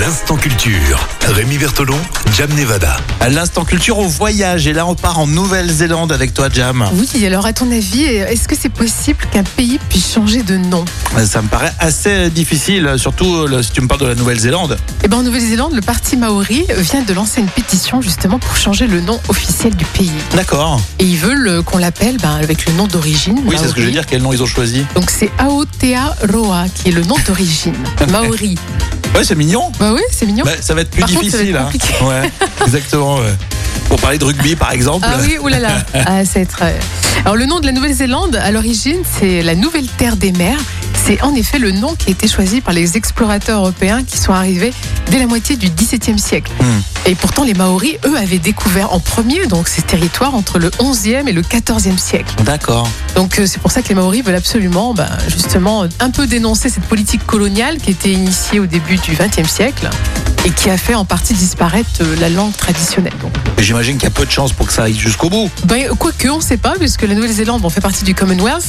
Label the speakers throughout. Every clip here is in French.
Speaker 1: L'instant culture. Rémi Vertolon, Jam Nevada.
Speaker 2: À l'instant culture au voyage. Et là, on part en Nouvelle-Zélande avec toi, Jam.
Speaker 3: Oui, alors à ton avis, est-ce que c'est possible qu'un pays puisse changer de nom
Speaker 2: Ça me paraît assez difficile, surtout euh, le- si tu me parles de la Nouvelle-Zélande.
Speaker 3: Eh bien, en Nouvelle-Zélande, le parti maori vient de lancer une pétition justement pour changer le nom officiel du pays.
Speaker 2: D'accord. Ah,
Speaker 3: Et ils veulent euh, qu'on l'appelle ben, avec le nom d'origine.
Speaker 2: Oui, c'est ce que je veux
Speaker 3: maori.
Speaker 2: dire. Quel nom ils ont choisi
Speaker 3: Donc c'est Aotearoa qui est le nom d'origine. maori.
Speaker 2: Ouais, c'est mignon.
Speaker 3: Bah oui, c'est mignon.
Speaker 2: Bah, ça va être plus
Speaker 3: Par contre, ça va
Speaker 2: difficile. hein.
Speaker 3: être compliqué.
Speaker 2: ouais, exactement. ouais. Pour parler de rugby, par exemple.
Speaker 3: Ah oui, oulala. Ah, ça va être, euh, Alors le nom de la Nouvelle-Zélande, à l'origine, c'est la Nouvelle Terre des Mers. C'est en effet le nom qui a été choisi par les explorateurs européens qui sont arrivés dès la moitié du XVIIe siècle.
Speaker 2: Hmm.
Speaker 3: Et pourtant, les Maoris, eux, avaient découvert en premier donc ces territoires entre le XIe et le XIVe siècle.
Speaker 2: D'accord.
Speaker 3: Donc euh, c'est pour ça que les Maoris veulent absolument, ben, justement, un peu dénoncer cette politique coloniale qui était initiée au début du XXe siècle et qui a fait en partie disparaître euh, la langue traditionnelle. Donc,
Speaker 2: Mais J'imagine qu'il y a peu de chances pour que ça aille jusqu'au bout.
Speaker 3: ben, Quoique, on ne sait pas, puisque la Nouvelle-Zélande bon, fait partie du Commonwealth.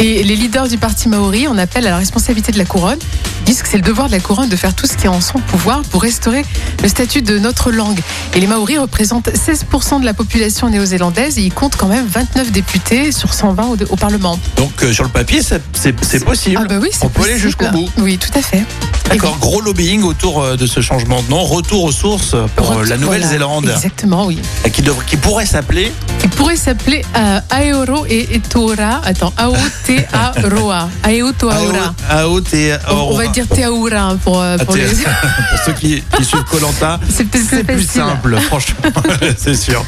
Speaker 3: Et les leaders du parti maori en appellent à la responsabilité de la couronne, disent que c'est le devoir de la couronne de faire tout ce qui est en son pouvoir pour restaurer le statut de notre langue. Et les maoris représentent 16% de la population néo-zélandaise et ils comptent quand même 29 députés sur 120 au, au Parlement.
Speaker 2: Donc, euh, sur le papier, c'est- c'est c'est possible.
Speaker 3: Ah bah oui, c'est
Speaker 2: On peut aller
Speaker 3: possible.
Speaker 2: jusqu'au bout.
Speaker 3: Oui, tout à fait.
Speaker 2: D'accord. Gros lobbying autour euh, de ce changement de nom. Retour aux sources pour euh, la
Speaker 3: Retour,
Speaker 2: Nouvelle-Zélande,
Speaker 3: voilà. Exactement, oui.
Speaker 2: qui, devrait- qui pourrait s'appeler
Speaker 3: Qui pourrait s'appeler euh, Aero et Etora. Attends, Aotearoa. Aotearoa.
Speaker 2: Aotearoa.
Speaker 3: On, on va dire Teaura pour, euh, pour les...
Speaker 2: Ah, Pour ceux qui, qui suivent Colanta,
Speaker 3: C'est peut-être
Speaker 2: c'est plus
Speaker 3: facile.
Speaker 2: simple, franchement, c'est sûr.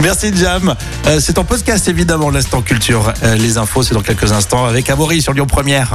Speaker 2: Merci Jam. Euh, c'est en podcast évidemment l'instant culture. Euh, les infos, c'est dans quelques instants avec Amaury sur Lyon Première.